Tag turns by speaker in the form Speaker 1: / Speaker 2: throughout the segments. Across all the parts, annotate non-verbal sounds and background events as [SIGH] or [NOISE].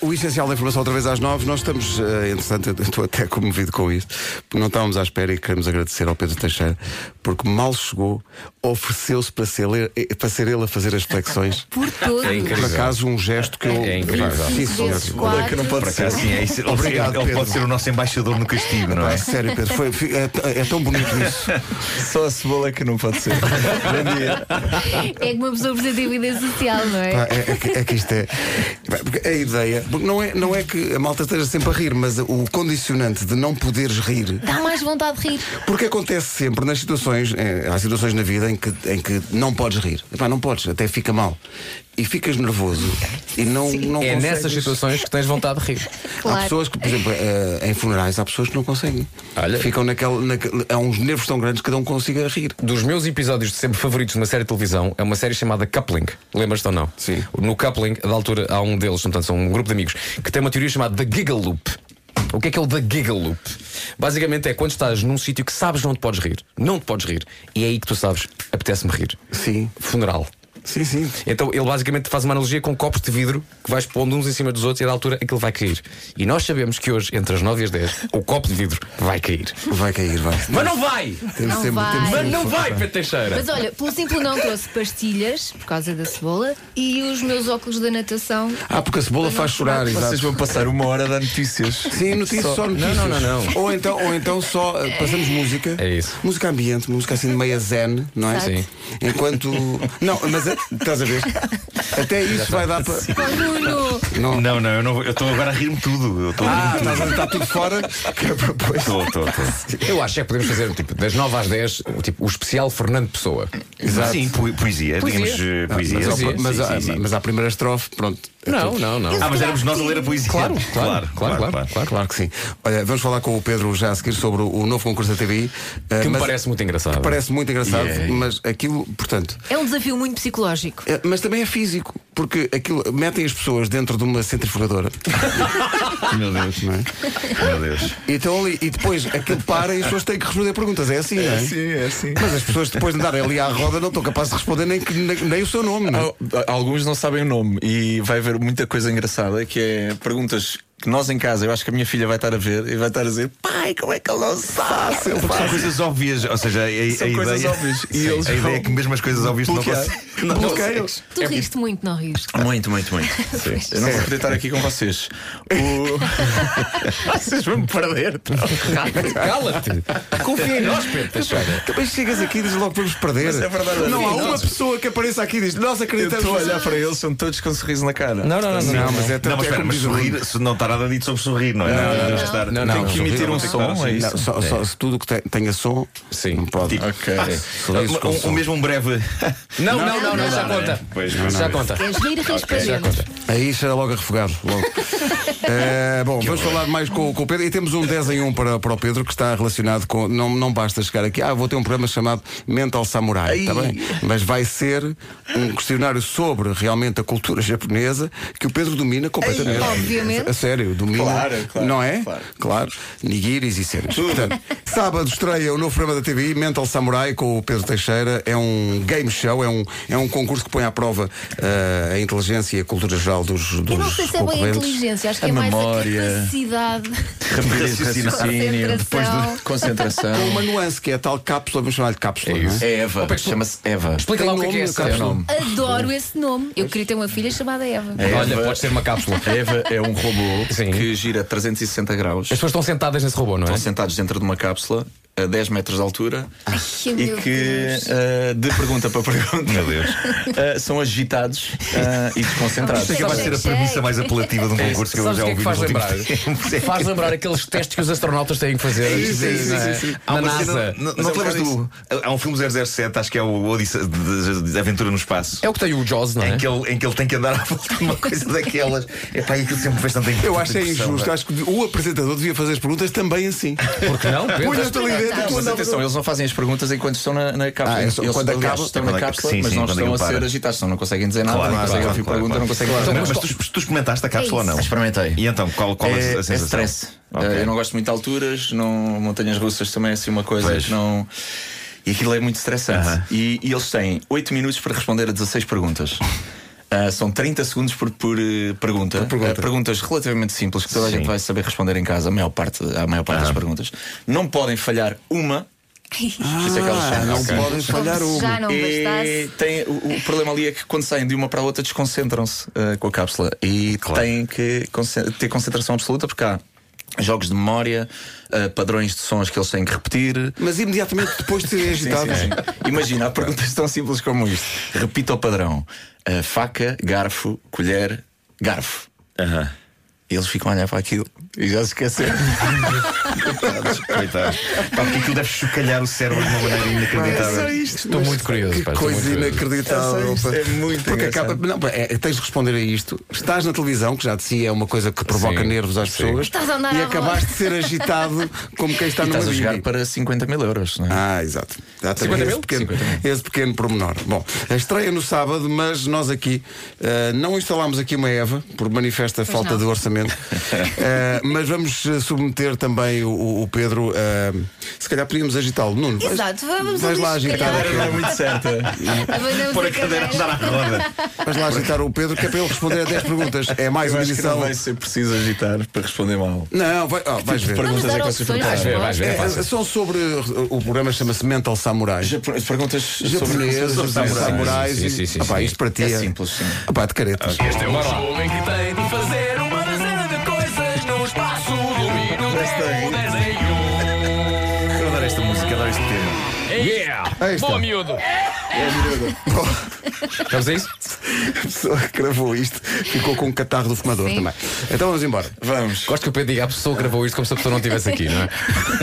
Speaker 1: O essencial da informação outra vez às nove. Nós estamos, eh, entretanto, eu estou até comovido com isto, porque não estávamos à espera e queremos agradecer ao Pedro Teixeira, porque mal chegou, ofereceu-se para ser, ele- eh, para ser ele a fazer as flexões.
Speaker 2: Por tudo.
Speaker 3: É
Speaker 1: Por
Speaker 3: incrível.
Speaker 1: acaso, um gesto que eu.
Speaker 3: É incrível.
Speaker 1: Sim, senhor.
Speaker 2: Vezes
Speaker 1: Olha,
Speaker 2: quatro.
Speaker 3: Por acaso, sim, é isso. Ele-
Speaker 1: Obrigado,
Speaker 3: ele
Speaker 1: Pedro.
Speaker 3: pode ser o nosso embaixador no castigo, não
Speaker 1: Pá,
Speaker 3: [LAUGHS] é?
Speaker 1: sério, Pedro, foi- fi- é, t- é tão bonito isso.
Speaker 4: Só a cebola é que não pode ser. Bom dia.
Speaker 2: É uma pessoa precisa ter vida social, não é?
Speaker 1: Pá, é, é que- é que isto é. Pá, porque A ideia. Porque não é, não é que a malta esteja sempre a rir, mas o condicionante de não poderes rir
Speaker 2: Dá mais vontade de rir.
Speaker 1: Porque acontece sempre nas situações, eh, há situações na vida em que, em que não podes rir. Epá, não podes, até fica mal. E ficas nervoso e não, não
Speaker 5: É
Speaker 1: consegues.
Speaker 5: nessas situações que tens vontade de
Speaker 1: [LAUGHS]
Speaker 5: rir.
Speaker 1: Há
Speaker 2: Claro.
Speaker 1: pessoas que, por exemplo, eh, em funerais há pessoas que não conseguem.
Speaker 5: Olha.
Speaker 1: Ficam naquela, naquele- Há uns nervos tão grandes que cada um consiga rir.
Speaker 5: Dos meus episódios de sempre favoritos de uma série de televisão é uma série chamada Coupling. Lembras-te ou não?
Speaker 1: Sim.
Speaker 5: No Coupling, da altura, há um deles, portanto, são um grupo de amigos, que tem uma teoria chamada The Giggle Loop. O que é que é o The Giggle Loop? Basicamente é quando estás num sítio que sabes não te podes rir. Não te podes rir. E é aí que tu sabes, apetece-me rir.
Speaker 1: Sim.
Speaker 5: Funeral.
Speaker 1: Sim, sim.
Speaker 5: Então ele basicamente faz uma analogia com copos de vidro que vais pondo uns em cima dos outros e a da altura aquilo vai cair. E nós sabemos que hoje, entre as 9 e as 10, o copo de vidro vai cair.
Speaker 1: Vai cair, vai.
Speaker 5: Mas não vai!
Speaker 1: Temos
Speaker 2: Não
Speaker 1: sempre-
Speaker 2: vai.
Speaker 1: temos
Speaker 5: Mas
Speaker 1: sempre-
Speaker 5: não vai, Pedro Teixeira!
Speaker 2: Mas olha, pelo simples não trouxe pastilhas, por causa da cebola, e os meus óculos da natação.
Speaker 1: Ah, porque a cebola
Speaker 2: Mas não
Speaker 1: faz
Speaker 2: se
Speaker 1: chorar,
Speaker 2: vai.
Speaker 1: exato.
Speaker 4: Vocês vão passar uma hora a dar notícias.
Speaker 1: Sim, notícias, só, notícias.
Speaker 5: É não, não, não.
Speaker 1: Ou então, ou então só eh, passamos música.
Speaker 5: É isso.
Speaker 1: Música ambiente, música assim de meia zen, não é?
Speaker 2: Exato.
Speaker 5: Sim.
Speaker 1: Enquanto. Não, mas eh, estás a ver? Até isso vai
Speaker 5: tá.
Speaker 1: dar para.
Speaker 2: Oh, Nuno!
Speaker 1: Não.
Speaker 3: Não, não, eu não- eu estou agora a rir-me tudo. Eu estou a
Speaker 1: Ah,
Speaker 3: rir-me
Speaker 1: estás a estar tudo fora, [LAUGHS] que é
Speaker 4: Ah,
Speaker 1: para depois.
Speaker 3: tudo. Estou, estou, estou.
Speaker 5: Eu acho é que podemos fazer tipo, das 9 às 10 o, tipo, o especial Fernando Pessoa.
Speaker 3: Sim, po- poesia, digamos eh, poesia.
Speaker 1: Mas, ao-
Speaker 5: sim,
Speaker 1: mas,
Speaker 3: sim,
Speaker 1: à-
Speaker 3: sim, sim.
Speaker 1: mas à primeira estrofe, pronto. é
Speaker 5: Não,
Speaker 1: tudo.
Speaker 5: não, não.
Speaker 3: Ah, mas éramos nós a ler a poesia.
Speaker 5: Claro, claro, claro, claro, claro.
Speaker 1: Claro que sim. Olha, vamos falar com o Pedro já a seguir sobre o- o novo concurso da TVI. eh,
Speaker 5: Que me
Speaker 1: mas-
Speaker 5: parece muito engraçado. é.
Speaker 1: Parece muito engraçado,
Speaker 3: Yeah.
Speaker 1: mas aquilo, portanto,
Speaker 2: É um desafio muito psicológico.
Speaker 1: É, Mas também é físico, porque aquilo metem as pessoas dentro de uma centrifugadora é?
Speaker 3: Meu Deus. Meu Deus.
Speaker 1: e, estão ali, e depois aquilo para e as pessoas têm que responder perguntas. É assim, não é?
Speaker 4: Sim, é assim.
Speaker 1: Mas as pessoas depois de andarem ali à roda não estão capazes de responder nem, que- nem, nem o seu nome. Não? é?
Speaker 4: Al- Alguns não sabem o nome e vai haver muita coisa engraçada que é perguntas que nós em casa, eu acho que a minha filha vai estar a ver e vai estar a dizer: pai, como é que ele não sabe? se ele
Speaker 3: Porque são
Speaker 4: faz?"
Speaker 3: coisas óbvias, ou seja, a, a
Speaker 4: São
Speaker 3: ideia,
Speaker 4: coisas
Speaker 3: [LAUGHS]
Speaker 4: óbvias. E
Speaker 3: Sim,
Speaker 4: eles
Speaker 3: a ideia
Speaker 4: vão
Speaker 3: é que mesmo as coisas óbvias não
Speaker 4: bloquear.
Speaker 3: conseguem. não
Speaker 4: Bloqueiam.
Speaker 3: consegues.
Speaker 2: Tu riste muito, não riste?
Speaker 4: Muito, muito, muito. Eu não vou poder estar aqui com vocês. O- [LAUGHS] vocês vão me perder.
Speaker 5: Cala-te!
Speaker 4: Oh,
Speaker 5: Confia em nós, Pedro Teixeira.
Speaker 1: Também Então, chegas aqui e dizes logo que vamos perder.
Speaker 4: Mas é verdade,
Speaker 1: não há
Speaker 4: nós-
Speaker 1: uma pessoa que apareça aqui e diz nós
Speaker 4: Eu
Speaker 1: acreditamos.
Speaker 4: estou a olhar para eles, são todos com um sorriso na cara.
Speaker 5: Não, não, não, não.
Speaker 1: Não, mas é
Speaker 3: Não,
Speaker 1: tanto
Speaker 3: mas
Speaker 1: é
Speaker 3: espera,
Speaker 1: como
Speaker 3: mas
Speaker 1: diz o Nuno.
Speaker 3: sorrir, se não está nada dito sobre sorrir, não é? Não, não,
Speaker 5: Não, não.
Speaker 4: Tem que emitir um som, é
Speaker 1: Não,
Speaker 4: isso?
Speaker 1: só, só se tudo que te- tenha som,
Speaker 5: Sim.
Speaker 1: não pode. Ah,
Speaker 3: Tipo,
Speaker 4: Ok.
Speaker 1: Sorriso com
Speaker 3: Ou
Speaker 1: som.
Speaker 3: mesmo um
Speaker 4: [LAUGHS]
Speaker 3: breve.
Speaker 5: Não, não, não, não, já conta.
Speaker 3: Pois, não,
Speaker 5: Já
Speaker 3: não.
Speaker 5: conta.
Speaker 2: Queres rir e rires para
Speaker 5: Já
Speaker 2: dentro.
Speaker 5: conta.
Speaker 1: Aí será logo a refogar. Logo. Eh, bom, vamos falar mais com, com o Pedro. E temos um 10 em 1 para, para o Pedro que está relacionado com. Não, não basta chegar aqui. Ah, vou ter um programa chamado Mental Samurai. Está bem? Mas vai ser um questionário sobre realmente a cultura japonesa que o Pedro domina completamente.
Speaker 2: Obviamente.
Speaker 1: A, a sério, domina.
Speaker 4: Claro, claro,
Speaker 1: Não é?
Speaker 4: claro.
Speaker 1: Claro. Nigiris e cenas. Portanto, sábado estreia o novo programa da TVI, Mental Samurai, com o Pedro Teixeira. É um game show, é um, é um concurso que põe à prova eh, a inteligência e a cultura geral dos, dos
Speaker 2: Eu não sei se é bem a
Speaker 1: concorrentes.
Speaker 2: inteligência, acho que
Speaker 4: A
Speaker 2: é mais
Speaker 4: memória.
Speaker 2: a capacidade.
Speaker 4: Rapidez, raciocínio, depois
Speaker 2: Concentração.
Speaker 4: de concentração.
Speaker 1: Há uma nuance que é a tal cápsula, vamos chamar-lhe cápsula,
Speaker 5: É
Speaker 1: não
Speaker 5: isso.
Speaker 1: é?
Speaker 4: É Eva, chama-se Eva.
Speaker 5: Explica lá o que é que é
Speaker 1: Tem
Speaker 5: essa.
Speaker 1: nome,
Speaker 4: É o nome.
Speaker 2: Adoro esse nome. Eu queria ter uma filha chamada Eva.
Speaker 4: É
Speaker 5: Olha,
Speaker 4: Eva.
Speaker 5: pode ser uma [LAUGHS] cápsula.
Speaker 4: A Eva é um robô
Speaker 5: Sim.
Speaker 4: que gira 360 graus.
Speaker 5: As pessoas estão sentadas nesse robô, não é?
Speaker 4: Estão sentados dentro de uma cápsula a 10 metros de altura
Speaker 2: Ai,
Speaker 4: e
Speaker 2: meu
Speaker 4: que,
Speaker 2: Deus.
Speaker 4: ah, de pergunta para pergunta,
Speaker 3: Meu
Speaker 4: [LAUGHS]
Speaker 3: Deus.
Speaker 4: ah, são agitados ah, e desconcentrados.
Speaker 3: Isto é que vai ser a premissa mais apelativa de um concurso que eu
Speaker 5: Sabes
Speaker 3: já
Speaker 5: o que é que
Speaker 3: ouvi
Speaker 5: faz
Speaker 3: nos últimos
Speaker 5: lembrar?
Speaker 3: tempos. É
Speaker 5: [LAUGHS] Faz lembrar aqueles testes que os astronautas têm que fazer.
Speaker 4: isso, é isso,
Speaker 5: não
Speaker 4: é isso.
Speaker 3: Há
Speaker 5: Na
Speaker 3: uma
Speaker 5: NASA.
Speaker 3: cena. Não,
Speaker 4: Mas
Speaker 3: não
Speaker 4: é
Speaker 3: te
Speaker 4: um
Speaker 3: lembras do. Há um filme 007, acho que é o Odisse de, de- de Aventura no Espaço.
Speaker 5: É o que tem o Jaws, não é?
Speaker 3: Em que, ele, em que ele tem que andar à [LAUGHS] volta de uma coisa daquelas. É pá, aquilo sempre fez tanta
Speaker 1: Eu acho que é
Speaker 3: tanta impressão,
Speaker 1: injusto,
Speaker 3: pá.
Speaker 1: acho que o apresentador devia fazer as perguntas também
Speaker 5: [LAUGHS]
Speaker 1: assim.
Speaker 5: Porque não? Pedro?
Speaker 1: Punhas-te ali dentro e tu
Speaker 5: é
Speaker 4: Mas
Speaker 1: andavas-
Speaker 4: atenção, eles não fazem as perguntas enquanto estão na, na cápsula.
Speaker 1: Ah, é só
Speaker 4: eles,
Speaker 1: quando
Speaker 4: aliás,
Speaker 1: acaba-
Speaker 4: estão na
Speaker 3: quando é-
Speaker 4: cápsula,
Speaker 3: sim,
Speaker 4: mas
Speaker 3: sim,
Speaker 4: não
Speaker 3: quando
Speaker 4: estão a
Speaker 3: aquilo
Speaker 4: ser
Speaker 3: para.
Speaker 4: agitados, então não conseguem dizer nada,
Speaker 3: Claro,
Speaker 4: não conseguem
Speaker 3: claro,
Speaker 4: ouvir
Speaker 3: claro,
Speaker 4: pergunta,
Speaker 3: claro.
Speaker 4: não conseguem
Speaker 3: Mas,
Speaker 4: fazer nada.
Speaker 3: tu, tu experimentaste a
Speaker 2: É
Speaker 3: cápsula
Speaker 2: isso.
Speaker 3: ou não?
Speaker 6: Experimentei.
Speaker 3: E então, qual, qual
Speaker 4: É,
Speaker 3: a, a
Speaker 4: é
Speaker 3: sensação?
Speaker 4: stress.
Speaker 3: Ok.
Speaker 4: Eh, Eu não gosto muito de alturas, não, montanhas russas também é assim uma coisa
Speaker 3: Pois.
Speaker 4: que não. E aquilo é muito estressante. E, e eles têm 8 minutos para responder a 16 perguntas. Ah, são 30 segundos por, por, eh, pergunta.
Speaker 1: pergunta.
Speaker 4: Ah, perguntas relativamente simples que toda a gente vai saber responder em casa, a maior parte, a maior parte das perguntas. Não podem falhar uma. Por isso é que elas
Speaker 1: Ah,
Speaker 4: são-
Speaker 1: não
Speaker 4: Ok.
Speaker 1: podem falhar
Speaker 2: Como se já
Speaker 1: uma.
Speaker 2: não
Speaker 4: E
Speaker 2: bastasse.
Speaker 4: tem, o, o problema ali é que quando saem de uma para a outra desconcentram-se eh, com a cápsula e têm que concen- ter concentração absoluta porque há jogos de memória, eh, padrões de sons que eles têm que repetir.
Speaker 1: Mas imediatamente depois de serem agitados.
Speaker 4: Sim, sim. Imagina, há perguntas tão simples como isto. Repita o padrão: Eh, faca, garfo, colher, garfo.
Speaker 3: Aham.
Speaker 4: E eles ficam a olhar para aquilo e já se esqueceram.
Speaker 3: Coitado. Pá, porque aquilo deve chocalhar o cérebro de uma maneira inacreditável.
Speaker 1: isto.
Speaker 5: Estou muito curioso,
Speaker 1: Que
Speaker 5: pá, estou
Speaker 1: coisa
Speaker 5: muito curioso.
Speaker 1: inacreditável.
Speaker 4: É só isto,
Speaker 1: pá.
Speaker 4: é muito
Speaker 1: Porque acaba,
Speaker 4: engraçado.
Speaker 1: não, pá, é, tens de responder a isto. Estás na televisão, que já de si é uma coisa que provoca
Speaker 5: Sim,
Speaker 1: nervos às
Speaker 5: sim.
Speaker 1: pessoas.
Speaker 2: Estás a andar
Speaker 1: e
Speaker 2: à
Speaker 1: acabaste de ser agitado como quem está
Speaker 4: E
Speaker 1: numa
Speaker 4: estás a
Speaker 1: bibi.
Speaker 4: jogar para 50 mil euros, não é?
Speaker 1: é Ah, exato. Exatamente.
Speaker 5: 50 mil?
Speaker 1: Esse pequeno,
Speaker 5: 50
Speaker 1: esse pequeno pormenor. Bom, a estreia no sábado, mas nós aqui eh, não instalámos aqui uma Eva, por manifesta falta
Speaker 2: não.
Speaker 1: de
Speaker 5: [LAUGHS]
Speaker 1: orçamento, Eh, mas vamos eh, submeter também o, o- o Pedro. eh, se calhar podíamos agitá-lo. Nuno, vais-
Speaker 2: Exato, vamos
Speaker 1: vais lá
Speaker 2: ali, se
Speaker 1: agitar.
Speaker 2: calhar.
Speaker 1: o Pedro.
Speaker 4: é muito certa.
Speaker 2: Abandamos
Speaker 3: Pôr
Speaker 2: a
Speaker 3: a cadeira a
Speaker 2: cadeira.
Speaker 3: rodar à roda.
Speaker 1: Vais lá agitar o Pedro, que é para ele responder a 10 perguntas. É mais
Speaker 4: Eu
Speaker 1: uma
Speaker 4: acho que não
Speaker 1: edição.
Speaker 4: vai ser preciso agitar para responder mal.
Speaker 1: Não, vai, oh, vais ver.
Speaker 2: Vamos
Speaker 4: Perguntas é
Speaker 2: dar
Speaker 4: que
Speaker 2: opções.
Speaker 4: vocês
Speaker 5: Vais ver,
Speaker 2: às
Speaker 5: vais ver, é
Speaker 1: É,
Speaker 5: fácil.
Speaker 1: são sobre. O programa chama-se Mental Samurai.
Speaker 4: Japo- Perguntas sobre
Speaker 1: Japoneses,
Speaker 4: sobre
Speaker 1: samurais.
Speaker 5: samurais.
Speaker 1: e-
Speaker 5: Sim, sim, sim,
Speaker 1: Ah pá,
Speaker 5: sim.
Speaker 1: isto para ti
Speaker 4: É simples, sim.
Speaker 1: Ah pá, de caretas.
Speaker 6: Este é um jogo em que tem de fazer uma dezena de coisas num espaço de um minuto. É um desenho.
Speaker 3: Eu adoro esta música, adoro este tema.
Speaker 1: Aí
Speaker 6: Yeah!
Speaker 1: está.
Speaker 6: Bom miúdo!
Speaker 5: Vamos a isso?
Speaker 1: É, [LAUGHS] A pessoa que gravou isto ficou com um catarro do fumador
Speaker 2: Sim.
Speaker 1: também. Então vamos embora.
Speaker 4: Vamos.
Speaker 5: Gosto que o Pedro diga, a pessoa gravou isto como se a pessoa não estivesse aqui, não é?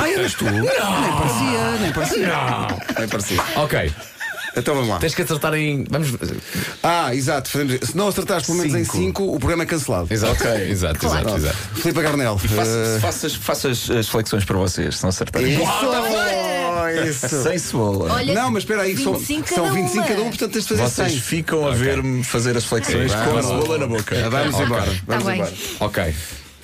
Speaker 1: Ah, eras tu? Nem parecia, nem parecia. Nem parecia.
Speaker 5: Ok,
Speaker 1: Então vamos lá.
Speaker 5: tens que acertar em. Vamos.
Speaker 1: Ah, exato. fazemos- Se não acertares pelo menos
Speaker 4: Cinco.
Speaker 1: em 5, o programa é cancelado.
Speaker 5: Exato, exato, exato, exato.
Speaker 1: Filipe Garnel.
Speaker 4: Faça, faça, as- faça as, as flexões para vocês, se não acertarem.
Speaker 1: Isso! Eh, Isso!
Speaker 4: Sem cebola.
Speaker 2: Olha,
Speaker 1: Não, mas espera aí, que são,
Speaker 2: 25
Speaker 1: são
Speaker 2: cada
Speaker 1: 25 cada um,
Speaker 2: uma.
Speaker 1: portanto tens de fazer
Speaker 4: Vocês
Speaker 1: 100.
Speaker 4: ficam a ver-me fazer as flexões
Speaker 5: Ok,
Speaker 4: com a
Speaker 5: vamos lá.
Speaker 4: cebola na boca.
Speaker 1: Ah, Vamos
Speaker 5: Ok.
Speaker 1: embora.
Speaker 2: Tá
Speaker 1: Vamos
Speaker 2: bem.
Speaker 1: embora.
Speaker 5: Ok.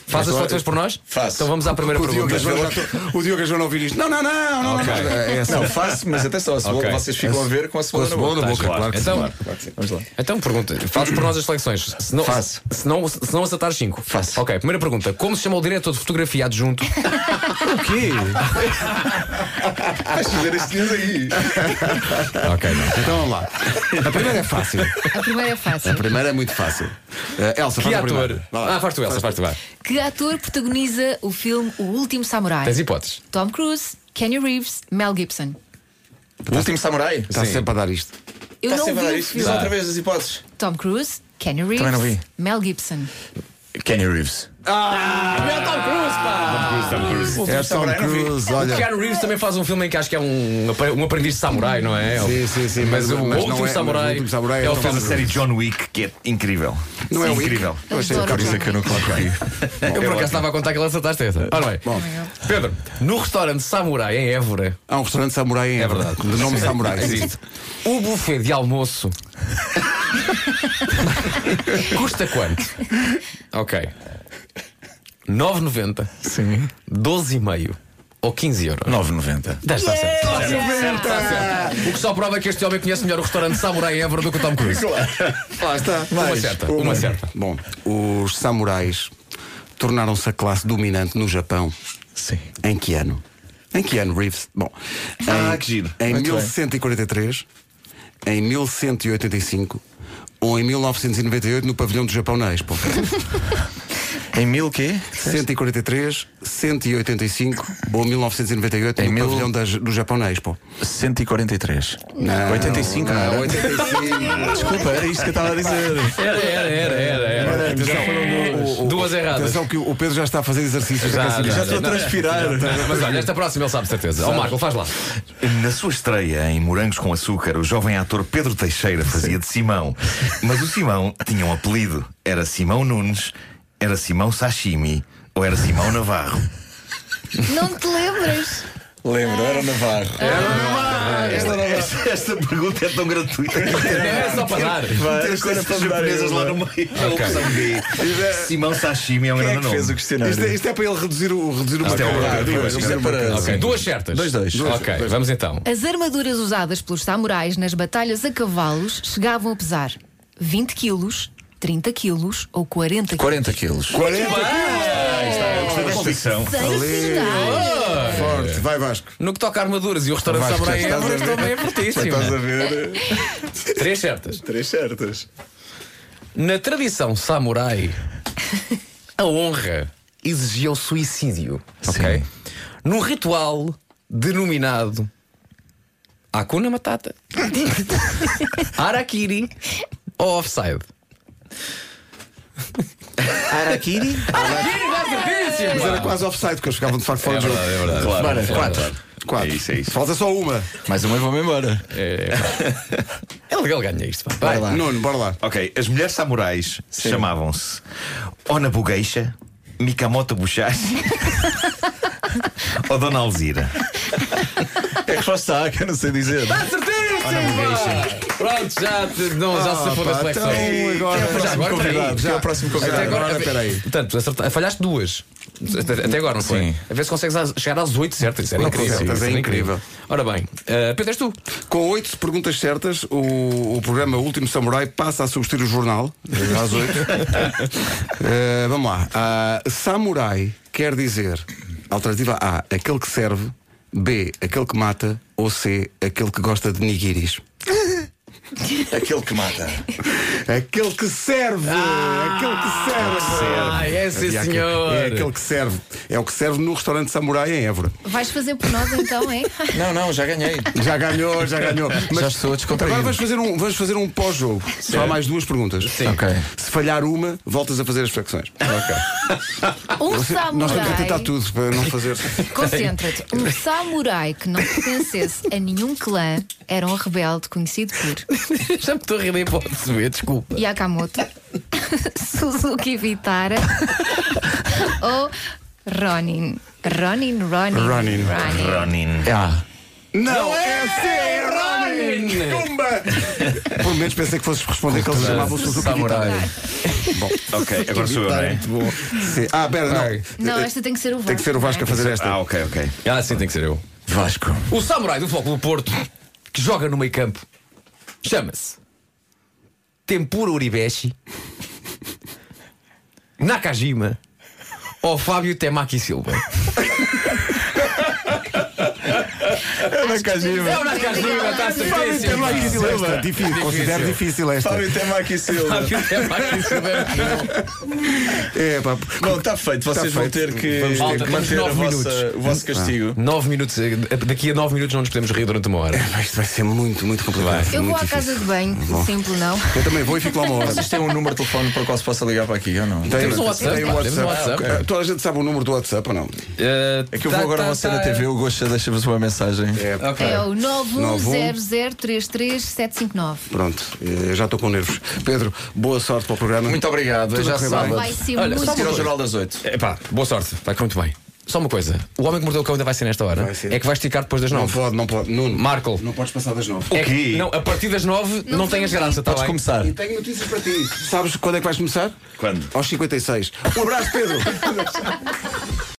Speaker 5: Faz as fotos por nós?
Speaker 4: Faço.
Speaker 5: Então vamos à primeira
Speaker 1: é- O Diogo, e
Speaker 5: pergunta.
Speaker 1: João já estão- o Diogo e João não ouvir isto. Não, não, não, não,
Speaker 5: Ok.
Speaker 1: não. É assim.
Speaker 4: Não, faço, mas até só a cebola.
Speaker 5: Ok.
Speaker 4: Vocês ficam a ver com a cebola,
Speaker 1: Com a cebola
Speaker 4: na
Speaker 1: na
Speaker 4: boca.
Speaker 1: boca, claro que
Speaker 5: Então,
Speaker 4: Vamos lá.
Speaker 5: então pergunta, faz por nós as seleções. Se não,
Speaker 4: Faço.
Speaker 5: Se não, se não acertares 5.
Speaker 4: Faço.
Speaker 5: Ok, primeira pergunta. Como se chama o diretor de fotografia
Speaker 1: [LAUGHS]
Speaker 5: adjunto?
Speaker 4: O quê?
Speaker 1: Então
Speaker 4: Vais fazer as tinhas aí.
Speaker 5: ok, não.
Speaker 1: Então vamos lá. A primeira é fácil.
Speaker 2: A primeira é fácil.
Speaker 1: A primeira é muito fácil. Eh, Elsa,
Speaker 5: Que
Speaker 1: faz a
Speaker 5: ator?
Speaker 1: primeira. Vá lá.
Speaker 5: Ah, faz tu, Elsa, faz tu, vai.
Speaker 2: Que ator protagoniza o filme O Último Samurai?
Speaker 5: Tens hipóteses.
Speaker 2: Tom Cruise, Kenny Reeves, Mel Gibson.
Speaker 4: O último samurai.
Speaker 1: Está sempre a dar isto.
Speaker 5: É
Speaker 2: Eu não vi
Speaker 4: Tá sempre a dar
Speaker 2: o
Speaker 4: isto. Diz
Speaker 2: filme.
Speaker 4: outra vez as hipóteses.
Speaker 2: Tom Cruise, Kenny
Speaker 4: Também não
Speaker 2: Reeves,
Speaker 4: vi.
Speaker 1: [LAUGHS]
Speaker 2: Mel Gibson.
Speaker 4: Kenny Reeves.
Speaker 1: É Tom
Speaker 4: samurai, não vi.
Speaker 1: Cruise,
Speaker 5: O
Speaker 1: olha.
Speaker 5: Keanu Reeves também faz um filme em que acho que é um, apre- um aprendiz de samurai, não é?
Speaker 1: Sim, sim, sim,
Speaker 5: Mas,
Speaker 1: mas-
Speaker 5: o,
Speaker 1: mas não
Speaker 5: último
Speaker 1: é- mas o
Speaker 5: samurai
Speaker 1: Último Samurai
Speaker 5: é
Speaker 1: é
Speaker 5: o
Speaker 1: Tom
Speaker 5: filme.
Speaker 3: A série John Wick, que é incrível.
Speaker 1: Não é o Wick?
Speaker 3: incrível.
Speaker 1: é Eu achei
Speaker 2: Adoro
Speaker 1: o
Speaker 2: John
Speaker 1: Carlos
Speaker 2: Wick.
Speaker 4: concorri.
Speaker 1: É
Speaker 5: Eu por acaso estava a contar que ele acertaste essa. Ora bem, Pedro, no restaurante Samurai em Évora,
Speaker 1: Há um restaurante samurai em
Speaker 5: É
Speaker 1: Évora,
Speaker 5: verdade.
Speaker 1: De nome samurai.
Speaker 5: existe o buffet de almoço. [LAUGHS] Custa quanto? Ok. 9,90,
Speaker 4: Sim.
Speaker 5: 12,5 ou 15 euros.
Speaker 4: 9,90.
Speaker 5: Deve estar certo. Está certo. O que só prova é que este homem conhece melhor o restaurante Samurai em Évora do que o Tom Cruise.
Speaker 1: Lá está.
Speaker 5: Uma
Speaker 1: Mais.
Speaker 5: certa, uma certa.
Speaker 1: Bom, os samurais tornaram-se a classe dominante no Japão.
Speaker 4: Sim.
Speaker 1: Em que ano? Em que ano, Reeves? Bom,
Speaker 3: Ah,
Speaker 1: em,
Speaker 3: que giro.
Speaker 1: em
Speaker 4: Muito bem.
Speaker 1: 1143, em 1185 ou em 1998 no pavilhão do Japão na Expo.
Speaker 4: Em mil quê?
Speaker 1: 143, 185 ou 1998
Speaker 4: Em
Speaker 1: no
Speaker 4: mil-
Speaker 1: pavilhão das- do Japão na Expo. Ah,
Speaker 4: 143. 85, não, era?
Speaker 1: 85.
Speaker 4: Ah, Desculpa, era isto que eu estava a dizer.
Speaker 5: Era, era, era, era. era.
Speaker 1: Atenção, o- o- o-
Speaker 5: Duas erradas.
Speaker 1: Atenção que o Pedro já está a fazer exercícios de
Speaker 5: Já,
Speaker 1: aquecimento.
Speaker 5: já.
Speaker 4: Estou a transpirar.
Speaker 5: Mas olha, esta próxima ele sabe de certeza. Ó Marco, faz lá.
Speaker 3: Na sua estreia em Morangos com Açúcar, o jovem ator Pedro Teixeira fazia de Simão. Mas o Simão tinha um apelido. Era Simão Nunes, era Simão Sashimi ou era Simão Navarro.
Speaker 2: Não te lembras?
Speaker 4: Lembro, era Navarro.
Speaker 3: Esta, esta pergunta é tão gratuita.
Speaker 5: É só para dar.
Speaker 3: Ter coisas japonesas lá no meio. A opção B. Simão Sashimi é um
Speaker 4: Quem é
Speaker 3: grande
Speaker 4: que
Speaker 3: nome.
Speaker 4: fez o questionário?
Speaker 1: Isto, é- isto é para ele reduzir o, reduzir o
Speaker 3: é
Speaker 1: material.
Speaker 3: horrível.
Speaker 4: Isto é para.
Speaker 5: Ok, Assim, duas certas.
Speaker 4: Dois, dois.
Speaker 5: Ok, vamos então.
Speaker 2: As armaduras usadas pelos samurais nas batalhas a cavalos chegavam a pesar 20 quilos, 30 quilos ou 40 quilos?
Speaker 4: 40 quilos.
Speaker 1: 40
Speaker 3: Toda a exposição.
Speaker 1: Forte, vai Vasco.
Speaker 5: No que toca a armaduras e o restaurante
Speaker 1: Vasco,
Speaker 5: Samurai
Speaker 1: estás a
Speaker 5: Everest
Speaker 1: ver.
Speaker 5: também é
Speaker 1: Estás a
Speaker 5: fortíssimo.
Speaker 1: ver?
Speaker 5: Três certas.
Speaker 4: Três certas.
Speaker 5: Na tradição samurai, a honra exigia o suicídio. Ok? Num ritual denominado Hakuna
Speaker 4: [LAUGHS]
Speaker 5: Matata, Arakiri ou Offside.
Speaker 4: Araquiri?
Speaker 1: Mas era quase offside, porque eles ficavam de facto fora do jogo.
Speaker 5: verdade, é verdade.
Speaker 1: Claro,
Speaker 5: Bora,
Speaker 1: claro.
Speaker 5: quatro.
Speaker 1: Quatro.
Speaker 3: É isso, é isso.
Speaker 1: Falta só uma.
Speaker 4: Mais uma e vou-me embora.
Speaker 5: É legal ganhar isto. pá. Vai.
Speaker 1: Nuno, bora lá.
Speaker 3: Ok, as mulheres samurais chamavam-se Ona Bugueixa, Mikamoto Buchashi ou Dona Alzira.
Speaker 4: É resposta A que eu não sei dizer.
Speaker 5: Pronto, já, te, não, já se
Speaker 1: Ah,
Speaker 5: foi
Speaker 1: pá,
Speaker 5: da seleção.
Speaker 1: então agora-
Speaker 5: Já, agora, peraí.
Speaker 1: já.
Speaker 4: Quem é o próximo convidado?
Speaker 1: Até agora, é
Speaker 5: Agora,
Speaker 1: espera aí.
Speaker 5: Portanto, acerta- falhaste duas. Até- Até agora, não foi?
Speaker 4: Sim.
Speaker 5: A ver se consegues às- chegar às oito certas. Isso era
Speaker 1: Não
Speaker 5: incrível.
Speaker 1: consegues,
Speaker 5: Isso era
Speaker 1: é incrível.
Speaker 5: Ora bem, eh, Pedro, és tu.
Speaker 1: Com oito perguntas certas, o, o programa Último Samurai passa a substituir o jornal, eh, às oito. Eh, vamos lá. Ah, samurai quer dizer, alternativa A, aquele que serve, B, aquele que mata, ou C, aquele que gosta de nigiris.
Speaker 4: Aquele que mata.
Speaker 1: Aquele que serve! aquele que serve!
Speaker 5: Ah, é sim,
Speaker 1: Havia aquele-
Speaker 5: senhor.
Speaker 1: É aquele que serve. É o que serve no restaurante Samurai em Évora.
Speaker 2: Vais fazer por nós então, é?
Speaker 4: Não, não, já ganhei.
Speaker 1: Já ganhou, já ganhou. Mas
Speaker 4: Já estou descontraído.
Speaker 1: Agora vamos fazer um, vamos fazer um pós-jogo. Só há mais duas perguntas.
Speaker 5: Sim.
Speaker 4: Ok.
Speaker 1: Se falhar uma, voltas a fazer as flexões.
Speaker 2: Um
Speaker 1: [LAUGHS] Nós
Speaker 2: samurai.
Speaker 1: temos que tentar tudo para não fazer.
Speaker 2: Concentra-te. Um samurai que não pertencesse a nenhum clã era um rebelde conhecido por
Speaker 5: Já me estou a rir da hipótese, meu, desculpa.
Speaker 2: Yakamoto, [LAUGHS] Suzuki Vitara ou Ronin. Ronin, Ronin.
Speaker 1: Ronin.
Speaker 3: Ronin.
Speaker 4: Ah.
Speaker 1: Não é ser Ronin! Pumba! Pelo menos pensei que fosses responder que eles chamavam o Suzuki
Speaker 5: Samurai.
Speaker 1: Vitara.
Speaker 3: Ok, agora sou eu, não é?
Speaker 1: tá Sim. Ah, pera, não.
Speaker 2: Não, esta tem que ser o Vasco.
Speaker 1: Tem que ser o Vasco a
Speaker 2: não é?
Speaker 1: fazer esta.
Speaker 3: Ah, ok, ok.
Speaker 5: Ah, sim, tem que ser eu.
Speaker 4: Vasco.
Speaker 5: O samurai do Foco do Porto, que joga no meio campo, chama-se Tempura Uribeshi, Nakajima ou Fábio
Speaker 1: [LAUGHS]
Speaker 5: Temaki Silva.
Speaker 2: Acho que temos a
Speaker 5: É o Nakajima,
Speaker 2: obrigada.
Speaker 1: tá
Speaker 5: está certíssimo.
Speaker 1: É Difícil esta, difícil, considero difícil esta.
Speaker 4: Fábio Temaki Silva.
Speaker 5: Fábio Temaki Silva.
Speaker 1: É, pá,
Speaker 4: Bom, está feito. Vocês
Speaker 1: Tá
Speaker 4: vão
Speaker 1: feito.
Speaker 4: ter que
Speaker 1: Vamos ter
Speaker 5: Malta,
Speaker 4: que
Speaker 5: temos
Speaker 4: manter a
Speaker 5: nove
Speaker 4: vossa,
Speaker 5: minutos.
Speaker 4: o vosso castigo.
Speaker 5: Nove minutos, eh, daqui a nove minutos não nos podemos rir durante uma hora.
Speaker 1: Isto vai ser muito, muito complicado.
Speaker 2: Eu vou
Speaker 1: Muito
Speaker 2: à casa de
Speaker 1: difícil.
Speaker 2: banho,
Speaker 1: Bom.
Speaker 2: simples não.
Speaker 1: Eu também vou e fico lá uma hora.
Speaker 4: Vocês têm um número de telefone para o qual se possa ligar para aqui ou não?
Speaker 5: Temos um WhatsApp,
Speaker 1: Tem um
Speaker 5: pá,
Speaker 1: WhatsApp.
Speaker 5: temos um WhatsApp.
Speaker 1: Ah, Toda a gente sabe o número do WhatsApp ou não?
Speaker 4: É que
Speaker 5: Tá,
Speaker 4: eu vou agora a você na TV, o Gosta deixa-vos uma mensagem.
Speaker 5: Ok.
Speaker 2: É o
Speaker 1: 910033759.
Speaker 2: 910033759.
Speaker 1: Pronto, eh, já estou com nervos. Pedro, boa sorte para o programa.
Speaker 4: Muito obrigado,
Speaker 1: Tudo
Speaker 4: é já
Speaker 1: a correr
Speaker 4: sábado.
Speaker 1: bem.
Speaker 2: Vai ser
Speaker 5: Olha,
Speaker 2: muito
Speaker 5: só
Speaker 4: Seguir
Speaker 5: uma
Speaker 4: ao
Speaker 2: bom.
Speaker 5: coisa.
Speaker 4: Jornal das 8.
Speaker 5: Epá, É, boa sorte, vai correr muito bem. Só uma coisa: o homem que mordeu o cão ainda vai ser nesta hora.
Speaker 1: Vai ser.
Speaker 5: É que vai esticar depois das
Speaker 1: Não
Speaker 5: nove.
Speaker 1: pode, não pode. Nuno,
Speaker 5: Marco.
Speaker 1: não podes passar das nove.
Speaker 5: É que, não, a partir das nove não,
Speaker 2: vamos
Speaker 5: tenhas
Speaker 2: ir.
Speaker 5: graça, tá
Speaker 4: Podes
Speaker 5: bem?
Speaker 4: começar.
Speaker 1: E tenho notícias para ti. Sabes quando é que vais começar?
Speaker 3: Quando?
Speaker 1: Aos 56. Um abraço, Pedro.